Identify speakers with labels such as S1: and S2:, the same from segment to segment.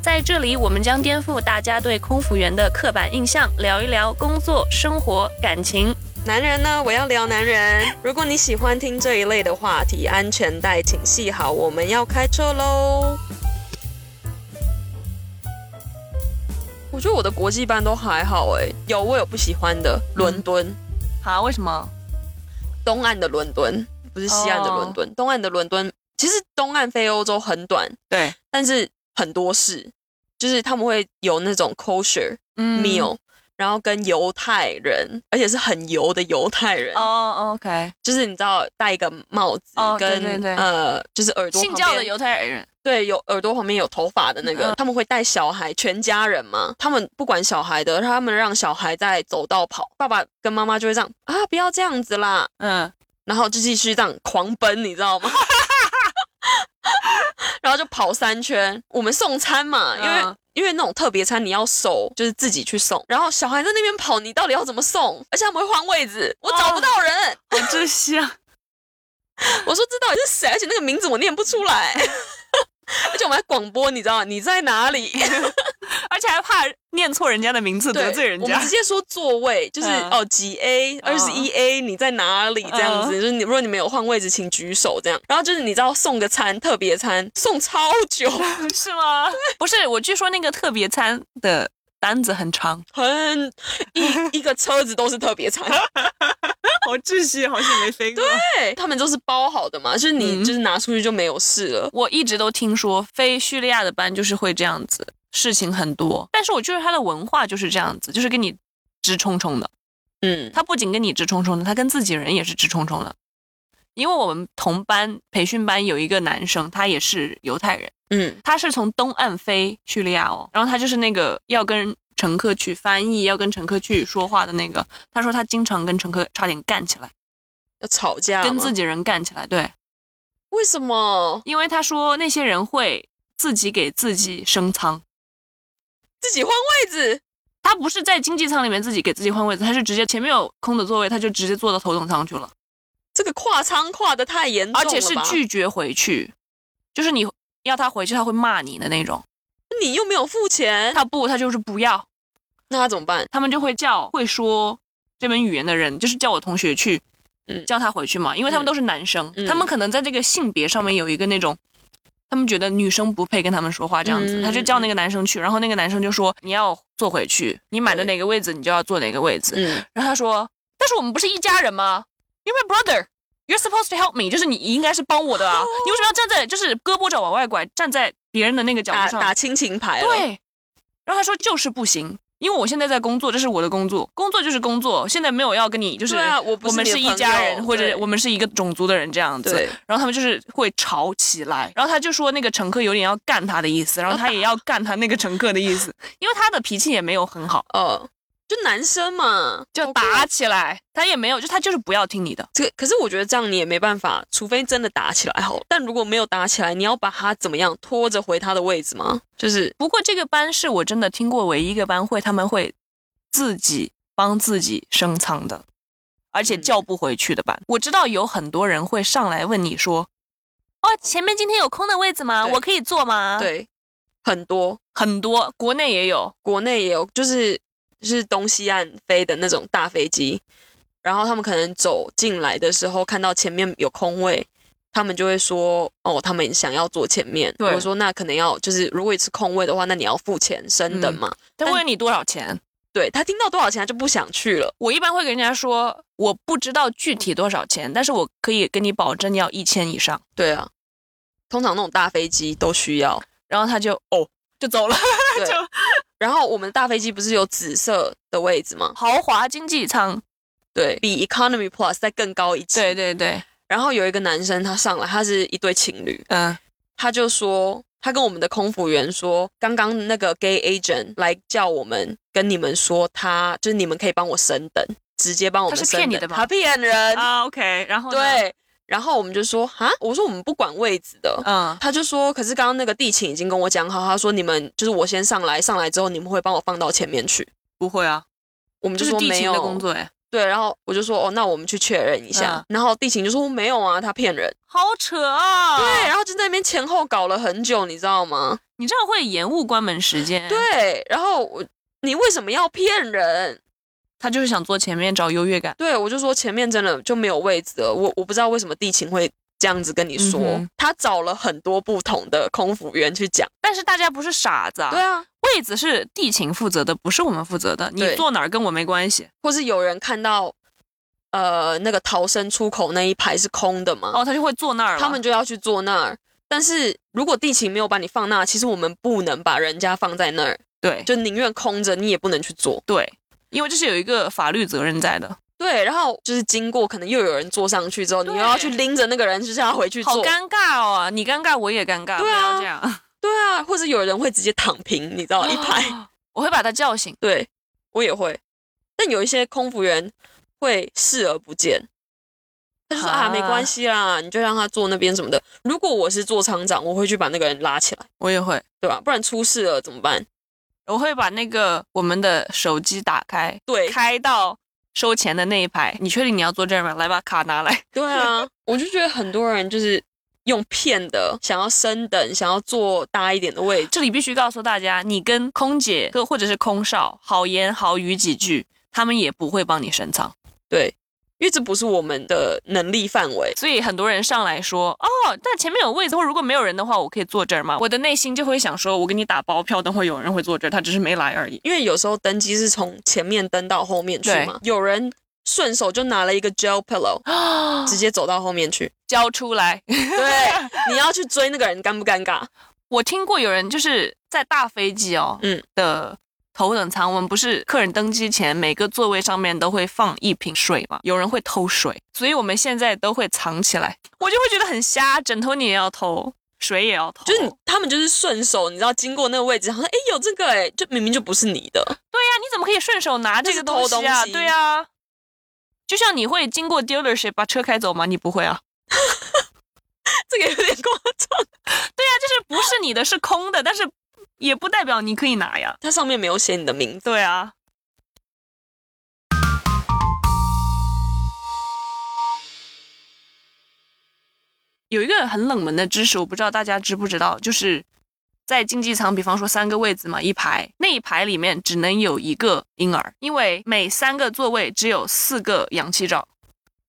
S1: 在这里，我们将颠覆大家对空服员的刻板印象，聊一聊工作、生活、感情。
S2: 男人呢？我要聊男人。如果你喜欢听这一类的话题，安全带请系好，我们要开车喽。我觉得我的国际班都还好哎，有我有不喜欢的，伦敦，
S1: 啊？为什么？
S2: 东岸的伦敦，不是西岸的伦
S1: 哦
S2: 敦，东岸的伦敦。其实东岸飞欧洲很短，
S1: 对，
S2: 但是很多事，就是他们会有那种 kosher
S1: 嗯
S2: meal，、然后跟犹太人，而且是很油的犹太人，
S1: 哦，OK、o k
S2: 就是你知道戴一个帽子，
S1: 哦
S2: 跟
S1: 对对对
S2: 呃，就是耳朵
S1: 信
S2: 旁
S1: 教
S2: 边
S1: 的犹太人，
S2: 对有耳朵旁边有头发的那个，
S1: 嗯
S2: 他们会带小孩，全家人嘛，他们不管小孩的，他们让小孩在走道跑，爸爸跟妈妈就会这样啊，不要这样子啦，
S1: 嗯，
S2: 然后就继续这样狂奔，你知道吗？ 然后就跑三圈。我们送餐嘛，因为、
S1: 嗯
S2: 因为那种特别餐你要手就是自己去送，然后小孩在那边跑，你到底要怎么送？而且他们会换位置，我找不到人。
S1: 好窒息啊！
S2: 我说这到底是谁？而且那个名字我念不出来。 而且我们还广播，你知道你在哪里？
S1: 而且还怕念错人家的名字，
S2: 对
S1: 得罪人
S2: 我
S1: 家
S2: 们直。接说座位，就是、
S1: 嗯嗯
S2: 哦几 A 二十一 A，你在哪里？这样子，就是你如果你们有换位置，请举手这样。然后就是你知道送个餐，特别餐送超 久，
S1: 是吗？不是，我据说那个特别餐的单子很长，
S2: 很一一个车子都是特别餐，
S1: 好窒息，好久没飞过。
S2: 对他们都是包好的嘛，就是你、
S1: 嗯
S2: 就是拿出去就没有事了。
S1: 我一直都听说飞叙利亚的班就是会这样子，事情很多。但是我觉得它的文化就是这样子，就是跟你直冲冲的。
S2: 嗯，
S1: 他不仅跟你直冲冲的，他跟自己人也是直冲冲的。因为我们同班培训班有一个男生，他也是犹太人，
S2: 嗯，
S1: 他是从东岸飞叙利亚哦，然后他就是那个要跟乘客去翻译，要跟乘客去说话的那个。他说他经常跟乘客差点干起来，
S2: 要吵架吗
S1: 跟自己人干起来。对，
S2: 为什么
S1: 因为他说那些人会自己给自己升舱，
S2: 自己换位置？
S1: 他不是在经济舱里面自己给自己换位置，他是直接前面有空的座位，他就直接坐到头等舱去了，
S2: 这个跨仓跨的太严重
S1: 而
S2: 了吧，
S1: 且是拒绝回去，就是你要他回去，他会骂你的那种。
S2: 你又没有付钱，
S1: 他不，他就是不要，
S2: 那他怎么办？
S1: 他们就会叫会说这门语言的人，就是叫我同学去，
S2: 嗯
S1: 叫他回去嘛，因为他们
S2: 嗯
S1: 都是男生，
S2: 嗯
S1: 他们可能在这个性别上面有一个那种，他们觉得女生不配跟他们说话这样子，
S2: 嗯
S1: 他就叫那个男生去，然后那个男生就说你要坐回去，你买的
S2: 对
S1: 哪个位置你就要坐哪个位置，
S2: 嗯，
S1: 然后他说，但是我们不是一家人吗？You're my brother. You're supposed to help me，就是你应该是帮我的
S2: 哦
S1: 啊你为什么要站在就是胳膊肘往外拐，站在别人的那个角
S2: 打
S1: 度上？
S2: 打亲情牌了。
S1: 对。哎然后他说就是不行，因为我现在在工作，这是我的工作，工作就是工作，现在没有要跟你就是、
S2: 对啊我不
S1: 我
S2: 是
S1: 们
S2: 你的
S1: 是一
S2: 朋
S1: 家
S2: 友
S1: 人或
S2: 对
S1: 者我们是一个种族的人这样子。
S2: 对，
S1: 然后他们就是会吵起来，然后他就说那个乘客有点要干他的意思，然后他也要干他那个乘客的意思，因为他的脾气也没有很好，
S2: 哦，就男生嘛，
S1: 就
S2: OK 啊
S1: 打起来，他也没有，就他就是不要听你的。
S2: 这个，可是我觉得这样你也没办法，除非真的打起来好了。但如果没有打起来，你要把他怎么样拖着回他的位置吗？就是
S1: 不过这个班是我真的听过唯一一个班会他们会自己帮自己升舱的，而且
S2: 嗯
S1: 叫不回去的班。我知道有很多人会上来问你说：“哦，前面今天有空的位子吗？
S2: 对
S1: 我可以坐吗？”，
S2: 对，很多
S1: 很多国内也有，
S2: 国内也有，就是就是东西岸飞的那种大飞机，然后他们可能走进来的时候看到前面有空位。他们就会说，哦，他们想要坐前面。
S1: 对
S2: 我说那可能要就是，如果是空位的话，那你要付钱升等嘛。
S1: 他
S2: 但
S1: 问你多少钱。
S2: 对他听到多少钱，他就不想去了。
S1: 我一般会跟人家说，我不知道具体多少钱，但是我可以跟你保证要一千以上。
S2: 对啊，通常那种大飞机都需要。
S1: 然后他就哦就走了，
S2: 对，然后我们大飞机不是有紫色的位置吗？
S1: 豪华经济舱。
S2: 对，比 Economy Plus 再更高一级。
S1: 对，对对，
S2: 然后有一个男生他上来，他是一对情侣，
S1: 嗯
S2: 他就说他跟我们的空服员说，刚刚那个 gay agent 来叫我们跟你们说他，就是你们可以帮我升等，直接帮我们
S1: 他是
S2: 升等。
S1: 骗你的吧
S2: 他骗人，
S1: 啊，OK，然后呢，
S2: 对。然后我们就说啊，我说我们不管位置的，
S1: 嗯，
S2: 他就说，可是刚刚那个地勤已经跟我讲好，他说你们就是我先上来，上来之后你们会帮我放到前面去。
S1: 不会啊，
S2: 我们就
S1: 这
S2: 是说
S1: 地
S2: 没
S1: 勤
S2: 有
S1: 的工作哎，
S2: 对，然后我就说哦，那我们去确认一下。
S1: 嗯
S2: 然后地勤就说没有啊，他骗人。
S1: 好扯啊！
S2: 对，然后就在那边前后搞了很久，你知道吗？
S1: 你这样会延误关门时间。，
S2: 对，然后我你为什么要骗人？
S1: 他就是想坐前面找优越感。
S2: 对我就说前面真的就没有位置了，我我不知道为什么地勤会这样子跟你说，
S1: 嗯哼
S2: 他找了很多不同的空服员去讲。
S1: 但是大家不是傻子啊，
S2: 对啊，
S1: 位子是地勤负责的，不是我们负责的。你
S2: 对
S1: 坐哪儿跟我没关系。
S2: 或是有人看到呃那个逃生出口那一排是空的嘛，
S1: 哦，他就会坐那儿了。
S2: 他们就要去坐那儿。但是如果地勤没有把你放那，其实我们不能把人家放在那儿，
S1: 对
S2: 就宁愿空着，你也不能去做。
S1: 对，因为这是有一个法律责任在的，
S2: 对，然后就是经过，可能又有人坐上去之后，你
S1: 对
S2: 又要去拎着那个人，就是要回去
S1: 好
S2: 坐。
S1: 尴尬哦！你尴尬，我也尴尬，
S2: 对啊
S1: 不要这样。
S2: 对啊，或者有人会直接躺平，你知
S1: 哦
S2: 道， 一排。
S1: 我会把他叫醒。
S2: 对我也会，但有一些空服员会视而不见，他就说啊
S1: 啊
S2: 没关系啦，你就让他坐那边什么的。如果我是做厂长，我会去把那个人拉起来，
S1: 我也会，
S2: 对吧？不然出事了怎么办？
S1: 我会把那个我们的手机打开，
S2: 对，
S1: 开到收钱的那一排。你确定你要坐这儿吗？来，把卡拿来。
S2: 对 啊，我就觉得很多人就是用骗的，想要升等，想要坐大一点的位置。
S1: 这里必须告诉大家，你跟空姐跟或者是空少好言好语几句，他们也不会帮你升舱。
S2: 对，因为这不是我们的能力范围。
S1: 所以很多人上来说，哦，但前面有位子，或如果没有人的话，我可以坐这儿吗？我的内心就会想说，我给你打包票，等会有人会坐这儿，他只是没来而已。
S2: 因为有时候登机是从前面登到后面去
S1: 对
S2: 嘛，有人顺手就拿了一个 gel pillow，
S1: 啊，
S2: 直接走到后面去。
S1: 交出来。
S2: 对，你要去追那个人，尴不尴尬？
S1: 我听过有人就是在大飞机哦，
S2: 嗯
S1: 的头等舱，我们不是客人登机前每个座位上面都会放一瓶水嘛，有人会偷水，所以我们现在都会藏起来。我就会觉得很瞎，枕头你也要偷，水也要偷，哎
S2: 就是你他们就是顺手，你知道经过那个位置，然后说哎有这个哎，就明明就不是你的。
S1: 对呀、你怎么可以顺手拿这个东西
S2: 那是偷
S1: 啊？
S2: 东西
S1: 对呀、就像你会经过 dealership 把车开走吗？你不会啊。
S2: 这个有点夸张。
S1: 对呀、啊就是不是你的，是空的，但是也不代表你可以拿呀。
S2: 它上面没有写你的名字。
S1: 对啊。有一个很冷门的知识，我不知道大家知不知道，就是在经济舱，比方说三个位子嘛，一排，那一排里面只能有一个婴儿，因为每三个座位只有四个氧气罩，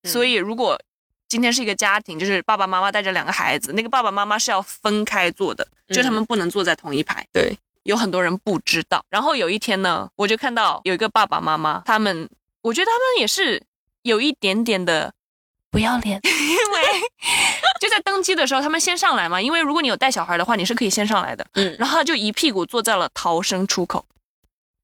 S2: 嗯
S1: 所以如果今天是一个家庭，就是爸爸妈妈带着两个孩子，那个爸爸妈妈是要分开坐的，就是他们不能坐在同一排。
S2: 对，
S1: 有很多人不知道。然后有一天呢，我就看到有一个爸爸妈妈，他们，我觉得他们也是有一点点的不要脸，因为就在登机的时候，他们先上来嘛，因为如果你有带小孩的话，你是可以先上来的。
S2: 嗯，
S1: 然后他就一屁股坐在了逃生出 口，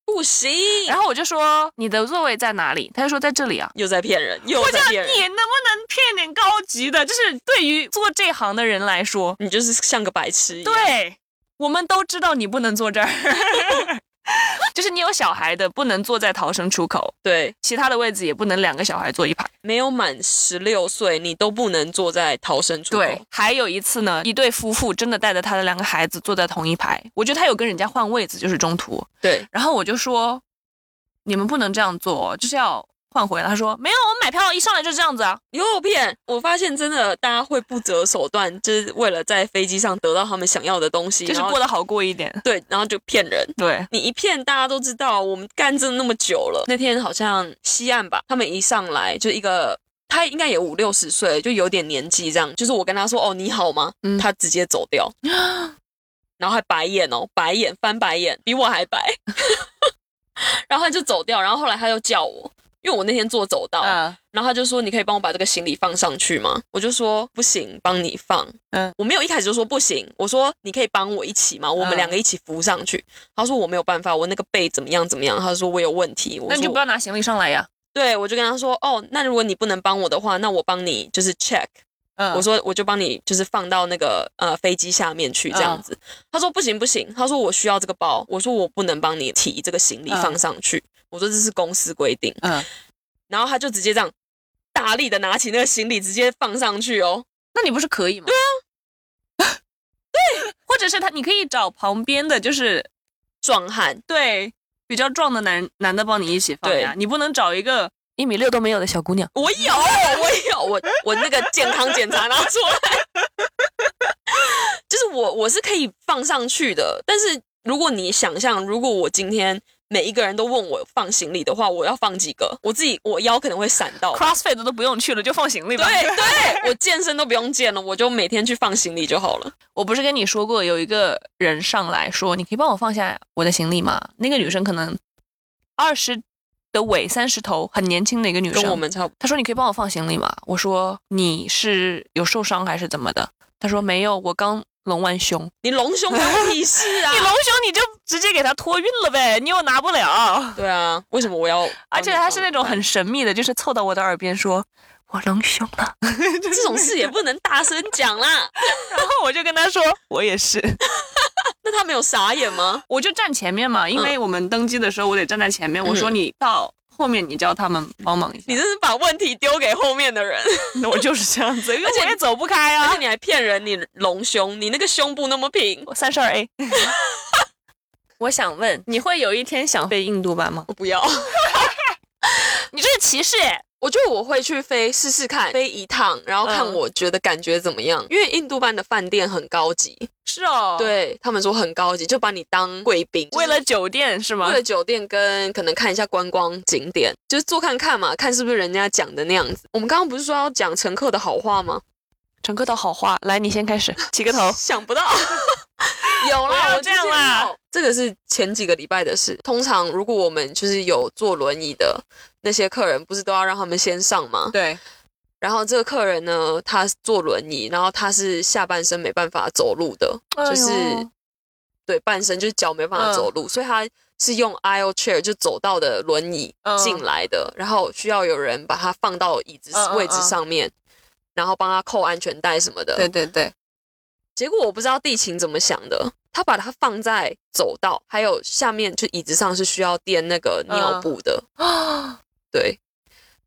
S2: 不行，
S1: 然后我就说你的座位在哪里？他就说在这里啊。
S2: 又在骗人，又
S1: 我
S2: 在
S1: 讲你
S2: 骗
S1: 能不
S2: 人。
S1: 能骗点高级的？就是对于做这行的人来说，
S2: 你就是像个白痴一样。
S1: 对，我们都知道你不能坐这儿， 就是你有小孩的不能坐在逃生出口，
S2: 对，
S1: 其他的位置也不能两个小孩坐一排。
S2: 没有满十六岁，你都不能坐在逃生出口。
S1: 对，，还有一次呢，一对夫妇真的带着他的两个孩子坐在同一排，我觉得他有跟人家换位子，就是中途，
S2: 对
S1: 然后我就说，你们不能这样做哦，就是要换回来。他说没有，我买票一上来就这样子啊。
S2: 又骗！我发现真的，大家会不择手段，就是为了在飞机上得到他们想要的东西，
S1: 就是
S2: 然后
S1: 过得好过一点。
S2: 对，然后就骗人。
S1: 对，
S2: 你一骗大家都知道，我们干这那么久了。那天好像西岸吧，他们一上来就一个，他应该也五六十岁，就有点年纪这样。就是我跟他说：“哦，你好吗？”
S1: 嗯
S2: 他直接走掉，然后还白眼哦，白眼翻白眼，比我还白。 然后他就走掉，然后后来他又叫我，因为我那天坐走道，
S1: 嗯
S2: 然后他就说：“你可以帮我把这个行李放上去吗？”我就说：“不行，帮你放。”
S1: 嗯
S2: 嗯，我没有一开始就说不行，我说：“你可以帮我一起吗？我们
S1: 嗯
S2: 两个一起扶上去。他说：“我没有办法，我那个背怎么样怎么样。”他说：“我有问题。我说”
S1: 那你就不要拿行李上来呀。
S2: 对，我就跟他说：“哦，那如果你不能帮我的话，那我帮你就是 check
S1: 嗯
S2: 我说我就帮你就是放到那个呃飞机下面去这
S1: 嗯
S2: 样子。他说不行不行，他说我需要这个包，我说我不能帮你提这个行李
S1: 嗯
S2: 放上去，我说这是公司规定。
S1: 嗯，
S2: 然后他就直接这样大力的拿起那个行李直接放上去哦。
S1: 那你不是可以吗？对啊，啊 对，或者是他，你可以找旁边的就是
S2: 壮汉，
S1: 对比较壮的男男的帮你一起放呀，你不能找一个一米六都没有的小姑娘。
S2: 我 有，我有，我我那个健康检查拿出来， 就是我我是可以放上去的。但是如果你想象，如果我今天每一个人都问我放行李的话，我要放几个？我自己我腰可能会闪到。
S1: CrossFit 的都不用去了，就放行李吧。
S2: 对对，我健身都不用健了，我就每天去放行李就好了。
S1: 我不是跟你说过，有一个人上来说，你可以帮我放下我的行李吗？那个女生可能二十的尾三十头，很年轻的一个女生。
S2: 跟我们差不
S1: 她说你可以帮我放行李吗？我说你是有受伤还是怎么的？她说没有，我刚隆完胸。
S2: 你隆胸关我屁事 啊
S1: 你！隆胸你就直接给她托运了呗，你又拿不了。
S2: 对啊，为什么我要？
S1: 而且她是那种很神秘的，就是凑到我的耳边说。我隆胸 了，
S2: 这种事也不能大声讲啦。
S1: 然后我就跟她说，我也是，
S2: 那他没有傻眼吗？
S1: 我就站前面嘛，因为我们登机的时候我得站在前面。我说你到后面，你叫他们帮忙一下。
S2: 你这是把问题丢给后面的人，
S1: 那 我就是这样子，因
S2: 而且
S1: 为我也走不开
S2: 而
S1: 啊
S2: 且。你还骗人，你隆胸，你那个胸部那么平，
S1: 我三十二 A。我想问，你会有一天想飞印度版吗？
S2: 我不要。
S1: 你这是歧视哎！
S2: 我觉得我会去飞试试看，飞一趟，然后看
S1: 嗯
S2: 我觉得感觉怎么样。因为印度班的饭店很高级，
S1: 是哦，，
S2: 对他们说很高级，就把你当贵宾，就是
S1: 为了酒店是吗？
S2: 为了酒店跟可能看一下观光景点，就是坐看看嘛，看是不是人家讲的那样子。我们刚刚不是说要讲乘客的好话吗？。
S1: 乘客的好话，来，你先开始，起个头
S2: 想 不到，有
S1: 不
S2: 啦，
S1: 要
S2: 我之
S1: 这样
S2: 前
S1: 啦
S2: 有。这个是前几个礼拜的事。通常如果我们就是有坐轮椅的那些客人，不是都要让他们先上吗？
S1: 对，
S2: 然后这个客人呢，他坐轮椅，然后他是下半身没办法走路的，
S1: 哎
S2: 就是、对半身就是脚没办法
S1: 嗯
S2: 走路，所以他是用 aisle chair 就走到的轮椅
S1: 嗯
S2: 进来的，然后需要有人把他放到椅子
S1: 嗯嗯
S2: 位置
S1: 嗯
S2: 上面，然后帮他扣安全带什么的。
S1: 对对，
S2: 结果我不知道地勤怎么想的，他把它放在走道，还有下面就椅子上是需要垫那个尿
S1: 嗯
S2: 布的，
S1: 啊，
S2: 对。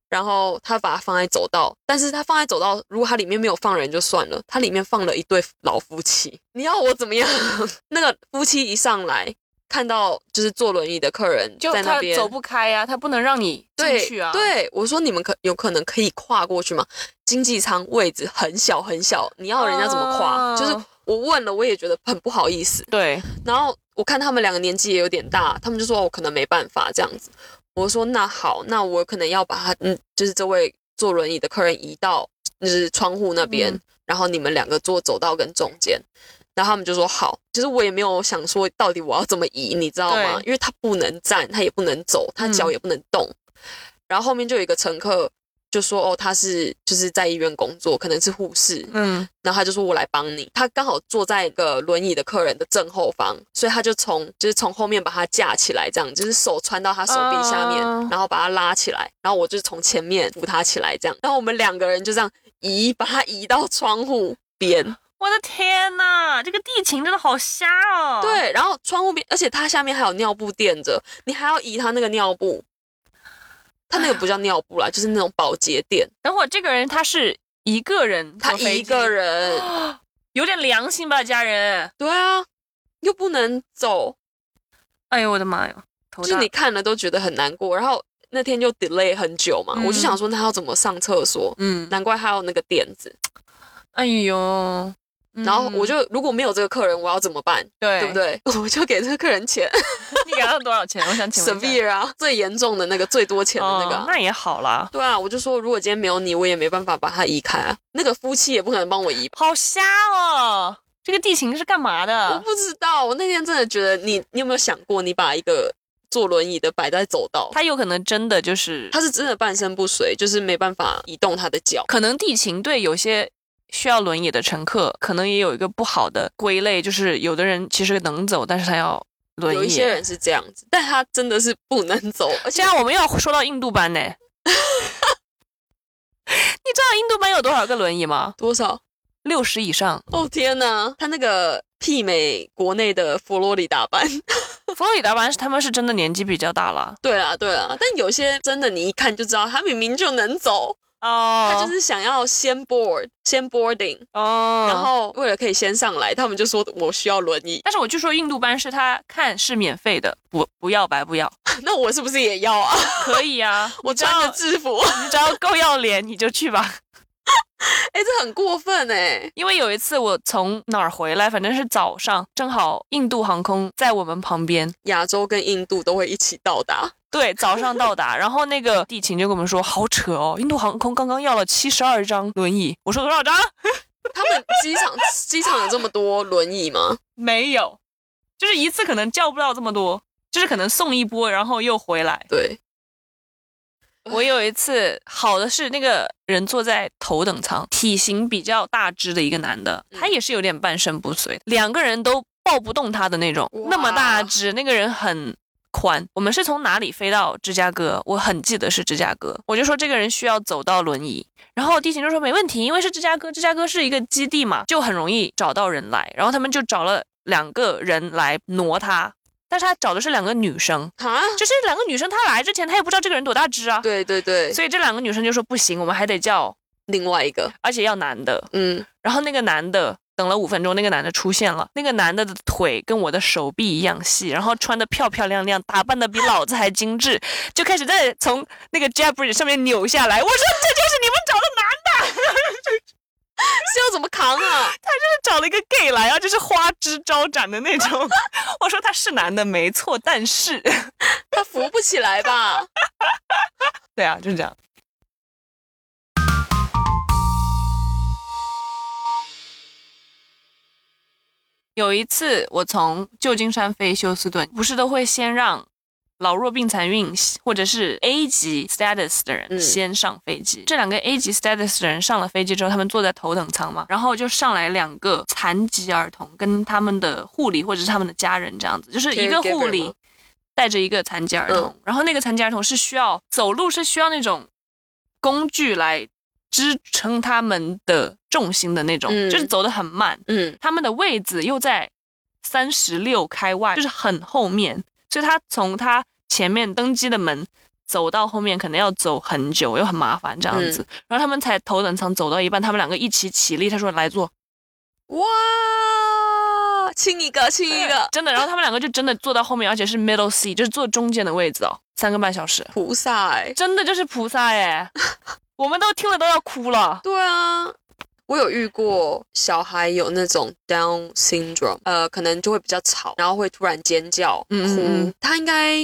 S2: 然后他把它放在走道，但是他放在走道，如果它里面没有放人就算了，它里面放了一对老夫妻，你要我怎么样？ 那个夫妻一上来，看到就是坐轮椅的客人
S1: 就
S2: 在那
S1: 他
S2: 边
S1: 走不开呀、他不能让你进
S2: 对
S1: 去啊。，
S2: 对，我说你们可有可能可以跨过去吗？经济舱位置很小很小，你要人家怎么跨？
S1: 啊
S2: 就是我问了，我也觉得很不好意思。
S1: 对，
S2: 然后我看他们两个年纪也有点大，他们就说哦我可能没办法这样子。我说那好，那我可能要把他，嗯，就是这位坐轮椅的客人移到就是窗户那边，
S1: 嗯
S2: 然后你们两个坐走道跟中间。然后他们就说好，就是我也没有想说到底我要怎么移，你知道吗？
S1: 对
S2: 因为他不能站，他也不能走，他脚
S1: 嗯
S2: 也不能动。然后后面就有一个乘客就说哦，他是就是在医院工作，可能是护士，
S1: 嗯，
S2: 然后他就说：“我来帮你。”他刚好坐在一个轮椅的客人的正后方，所以他就从就是从后面把他架起来，这样就是手穿到他手臂下面
S1: 啊
S2: 然后把他拉起来，然后我就从前面扶他起来，这样。然后我们两个人就这样移，把他移到窗户边。
S1: 我的天呐，这个地勤真的好瞎哦。，
S2: 对，然后窗户边，而且他下面还有尿布垫着，你还要移他那个尿布。他那个不叫尿布啦，就是那种保洁垫，
S1: 等会儿这个人他是一个人
S2: 他
S1: 坐飞
S2: 一
S1: 机，
S2: 个人，
S1: 有点良心吧，家人。
S2: 对啊，又不能走，
S1: 哎呦我的妈呀，头
S2: 就是
S1: 大
S2: 你，看了都觉得很难过。然后那天就 delay 很久嘛，
S1: 嗯
S2: 我就想说那他要怎么上厕所？
S1: 嗯，
S2: 难怪他有那个垫子。
S1: 哎呦，
S2: 然后我
S1: 就
S2: 就如果没有这个客人，我要怎么办？
S1: 嗯对
S2: 对不？对？ 我就给这个客人钱
S1: 你给他多少钱？我想请问一下。
S2: ，severe 啊，最严重的那个最多钱的那个
S1: 哦
S2: 啊。
S1: 那也好啦，
S2: 对啊，我就说如果今天没有你，我也没办法把他移开啊。那个夫妻也不可能帮我移吧。
S1: 好瞎哦。这个地勤是干嘛
S2: 我
S1: 的？
S2: 不知道，我那天真的觉得你，你有没有想过，你把一个坐轮椅的摆在走道，
S1: 他有可能真的就是
S2: 他是真的半身不遂，就是没办法移动他的脚。
S1: 可能地勤对有些需要轮椅的乘客，可能也有一个不好的归类，就是有的人其实能走，但是他要轮椅。
S2: 有一些，人是这样子，但他真的是不能走，而且
S1: 现在我们要说到印度班呢。你知道印度班有多少个轮椅吗？
S2: 多少？
S1: 六十以上。
S2: 哦天哪，他那个媲美国内的佛罗里达班。
S1: 佛罗里达班是他们是真的年纪比较大了
S2: 对啦对啦，但有些真的你一看就知道，他明明就能走，
S1: 哦
S2: 他就是想要先 board 先 boarding，、
S1: 哦，
S2: 然后为了可以先上来，他们就说我需要轮椅，
S1: 但是我据说印度班是他看是免费的，不不要白 不要，
S2: 那我是不是也要啊？
S1: 可以啊，
S2: 我
S1: 你只
S2: 穿
S1: 要
S2: 着制服，
S1: 你只要够要脸你就去吧。
S2: 哎、这很过分哎、
S1: 因为有一次我从哪儿回来，反正是早上，正好印度航空在我们旁边，
S2: 亚洲跟印度都会一起到达，
S1: 对，早上到达，然后那个地勤就跟我们说，好扯哦，印度航空刚刚要了七十二张轮椅，我说多少张？
S2: 他们机场机场有这么多轮椅吗？
S1: 没有，就是一次可能叫不到这么多，就是可能送一波，然后又回来。
S2: 对，
S1: 我有一次，好的是那个人坐在头等舱，体型比较大只的一个男的，
S2: 嗯
S1: 他也是有点半身不遂，两个人都抱不动他的那种
S2: 哇，
S1: 那么大只，那个人很。宽，我们是从哪里飞到芝加哥？我很记得是芝加哥，我就说这个人需要走到轮椅，然后地勤就说没问题，因为是芝加哥，芝加哥是一个基地嘛，就很容易找到人来。然后他们就找了两个人来挪他，但是他找的是两个女生，
S2: 哈，
S1: 就是两个女生，她来之前她也不知道这个人多大只啊，
S2: 对对对，
S1: 所以这两个女生就说不行，我们还得叫，
S2: 另外一个，
S1: 而且要男的。
S2: 嗯，
S1: 然后那个男的等了五分钟，那个男的出现了，那个男的的腿跟我的手臂一样细，然后穿的漂漂亮亮，打扮的比老子还精致，就开始在从那个 Jabber 上面扭下来。我说这就是你们找的男的，
S2: 是要怎么扛啊？
S1: 找了一个 gay 来啊，就是花枝招展的那种。 我说他是男的没错，但是，
S2: 他扶不起来吧？
S1: 对啊，就是这样。有一次，我从旧金山飞休斯顿，不是都会先让老弱病残孕或者是 A 级 status 的
S2: 嗯
S1: 人先上飞机。这两个 A 级 status 的人上了飞机之后，他们坐在头等舱嘛，然后就上来两个残疾儿童跟他们的护理或者是他们的家人这样子，就是一个
S2: Caregiver
S1: 护理
S2: 吗
S1: 带着一个残疾儿童，
S2: 嗯
S1: 然后那个残疾儿童是需要走路是需要那种工具来支撑他们的重心的那种，
S2: 嗯
S1: 就是走得很慢。
S2: 嗯，
S1: 他们的位子又在三十六开外，就是很后面，所以他从他前面登机的门走到后面，可能要走很久，又很麻烦这样
S2: 嗯
S1: 子。然后他们才头等舱走到一半，他们两个一起起立，他说来坐
S2: 哇，亲一个，亲一个，
S1: 真的。然后他们两个就真的坐到后面，而且是 middle seat，就是坐中间的位置哦，三个半小时，
S2: 菩萨哎、
S1: 真的就是菩萨 耶，我们都听了都要哭了。
S2: 对啊，我有遇过小孩有那种 Down syndrome，呃，可能就会比较吵，然后会突然尖叫、哭。
S1: 嗯嗯嗯
S2: 他应该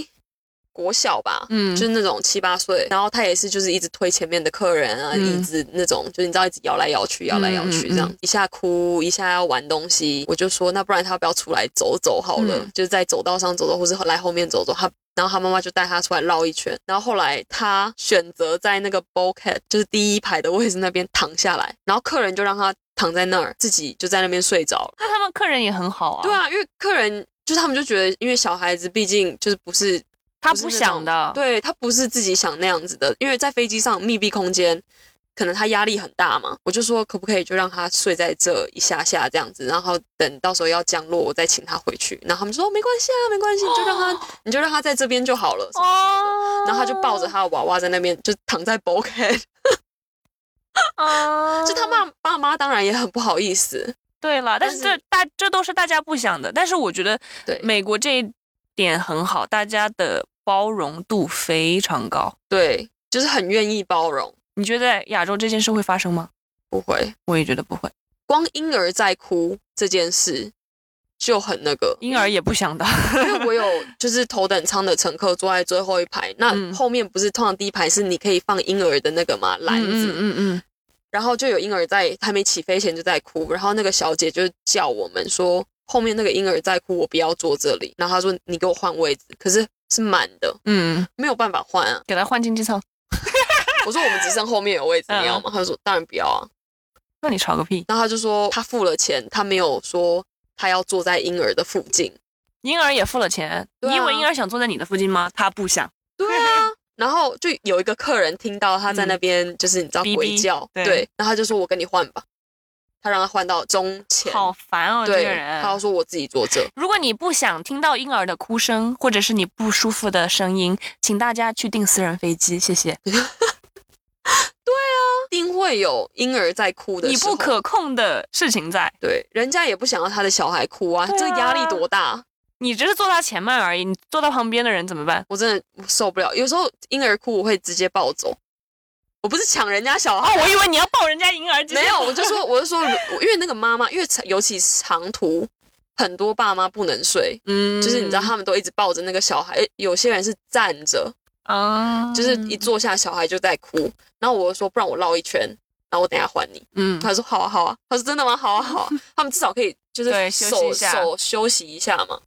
S2: 国小吧，
S1: 嗯
S2: 就是那种七八岁，然后他也是就是一直推前面的客人啊，
S1: 嗯
S2: 椅子那种，就是你知道一直摇来摇去，摇来摇去
S1: 嗯嗯
S2: 这样，一下哭，一下要玩东西。我就说，那不然他要不要出来走走好了，
S1: 嗯
S2: 就是在走道上走走，或是来后面走走，他。然后他妈妈就带他出来绕一圈，然后后来他选择在那个 bulkhead，就是第一排的位置那边躺下来，然后客人就让他躺在那儿，自己就在那边睡着了。
S1: 那他们客人也很好啊，
S2: 对，啊，因为客人就是他们就觉得，因为小孩子毕竟就是不是
S1: 他
S2: 是
S1: 不
S2: 那
S1: 想
S2: 种
S1: 的，
S2: 对他不是自己想那样子的，因为在飞机上密闭空间，可能他压力很大嘛。我就说可不可以就让他睡在这一下下这样子，然后等到时候要降落，我再请他回去。然后他们就说没关系啊，没关系，你就让他，你就让他在这边就好了。什么什么的
S1: 哦，
S2: 然后他就抱着他的娃娃在那边，就躺在 b o k e t
S1: 啊，
S2: 就他爸爸妈当然也很不好意思，
S1: 对了，但
S2: 但
S1: 是
S2: 是
S1: 这大这都是大家不想的。但是我觉得
S2: 对
S1: 美国这一点很好，大家的包容度非常高。
S2: 对，就是很愿意包容，
S1: 你觉得在亚洲这件事会发生吗？
S2: 不会
S1: 我也觉得不会，
S2: 光婴儿在哭这件事就很那个，
S1: 婴儿也不想的。
S2: 因为我有就是头等舱的乘客坐在最后一排，那
S1: 嗯
S2: 后面不是通常第一排是你可以放婴儿的那个嘛 篮子，
S1: 嗯嗯
S2: 然后就有婴儿在还没起飞前就在哭，然后那个小姐就叫我们说后面那个婴儿在哭，我不要坐这里，然后她说你给我换位置，可是是满的，
S1: 嗯嗯，
S2: 没有办法换啊。
S1: 给他换经济舱。
S2: 我说我们只剩后面有位置，
S1: 嗯
S2: 你要吗？她说当然不要啊。
S1: 那你吵个屁！
S2: 然后她就说她付了钱，她没有说她要坐在婴儿的附近。
S1: 婴儿也付了钱，
S2: 对啊
S1: 你以为婴儿想坐在你的附近吗？他不想。
S2: 对啊，然后就有一个客人听到他在那边就是你知道
S1: 嗯哔哔
S2: 鬼叫，
S1: 对
S2: 对，然后他就说我跟你换吧，他让他换到中前，
S1: 好烦哦，这个
S2: 对，
S1: 人。
S2: 他说我自己坐这，
S1: 如果你不想听到婴儿的哭声，或者是你不舒服的声音，请大家去订私人飞机，谢谢。
S2: 一定会有婴儿在哭的
S1: 你
S2: 时候，
S1: 不可控的事情在，
S2: 对，人家也不想要他的小孩哭啊，
S1: 对啊
S2: 这压力多大，
S1: 你只是坐他前面而已，你坐到旁边的人怎么办？
S2: 我真的受不了。有时候婴儿哭我会直接抱走，我不是抢人家小
S1: 哦
S2: 孩，，
S1: 我以为你要抱人家婴儿机，
S2: 没有，我就 说我就说，因为那个妈妈，因为尤其长途，很多爸妈不能睡。
S1: 嗯
S2: 就是你知道，他们都一直抱着那个小孩，有些人是站着，
S1: 啊，
S2: 就是一坐下小孩就在哭。然后我就说，不然我绕一圈，然后我等一下还你。
S1: 嗯，
S2: 他说好啊好啊，他说真的吗？好啊好啊， 他们至少可以就是
S1: 对休息
S2: 手
S1: 一下
S2: 手休息一下嘛。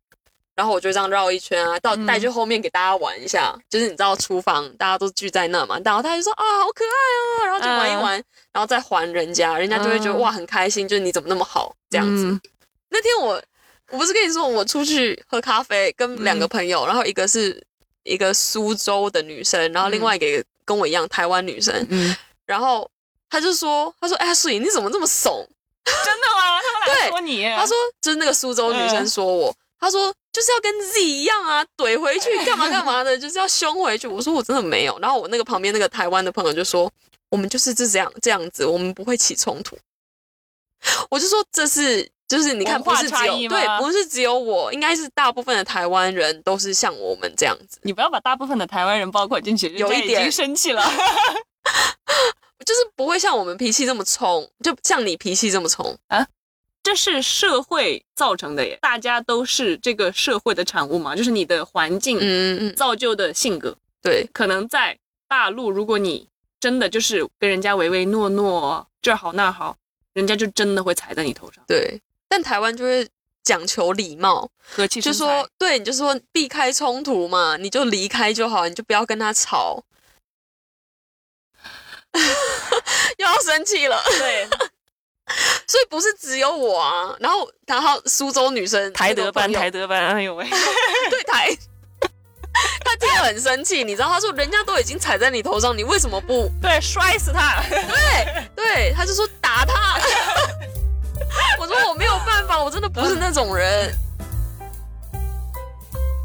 S2: 然后我就这样绕一圈啊，到
S1: 嗯
S2: 带去后面给大家玩一下，就是你知道厨房大家都聚在那嘛，然后他就说啊好可爱啊，然后就玩一玩，然后再还人家，人家就会觉得、
S1: 嗯
S2: 哇很开心，就是你怎么那么好这样子。
S1: 嗯
S2: 那天我我不是跟你说我出去喝咖啡，跟两个朋友，然后一个是一个苏州的女生，然后另外一个跟我一样台湾女生，
S1: 嗯，
S2: 然后他就说，他说 Ashley 你怎么这么怂？
S1: 真的吗？他们俩
S2: 对
S1: 说你，
S2: 他说就是那个苏州女
S1: 嗯
S2: 生说我，他说就是要跟 Z 一样啊，怼回去干嘛干嘛的，就是要凶回去。我说我真的没有。然后我那个旁边那个台湾的朋友就说，我们就是这样这样子，我们不会起冲突。我就说这是就是你看
S1: 文
S2: 不
S1: 化
S2: 是只
S1: 差
S2: 有
S1: 异吗
S2: 对，不是只有我，应该是大部分的台湾人都是像我们这样子。
S1: 你不要把大部分的台湾人包括进去，
S2: 有一
S1: 人家已
S2: 点
S1: 经生气了。
S2: 就是不会像我们脾气这么冲，就像你脾气这么冲，
S1: 这是社会造成的耶，大家都是这个社会的产物嘛，就是你的环境
S2: 嗯嗯，
S1: 造就的性格。
S2: 对，
S1: 可能在大陆，如果你真的就是跟人家唯唯诺诺，这儿好那儿好，人家就真的会踩在你头上，
S2: 对，但台湾就会讲求礼貌，
S1: 和气
S2: 就
S1: 生财
S2: 说对，你就说避开冲突嘛，你就离开就好，你就不要跟他吵。 又要生气了，
S1: 对
S2: 所以不是只有我啊。然后，然后苏州女生
S1: 台德班
S2: 那个朋
S1: 台
S2: 友
S1: 德班，哎呦喂，
S2: 对台， 她听了很生气，你知道，她说人家都已经踩在你头上，你为什么不
S1: 对，摔死他！
S2: 对，他就说打他。 我说我没有办法，我真的不是那种人。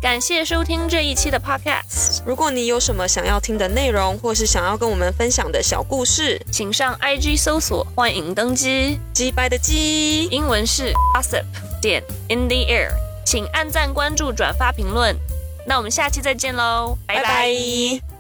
S1: 感谢收听这一期的 Podcast，
S2: 如果你有什么想要听的内容，或是想要跟我们分享的小故事，
S1: 请上 IG 搜索“欢迎登机
S2: 击败的”，鸡，
S1: 英文是 gossip 点 in the air，请按赞、关注、转发、评论。那我们下期再见喽，拜拜
S2: 拜拜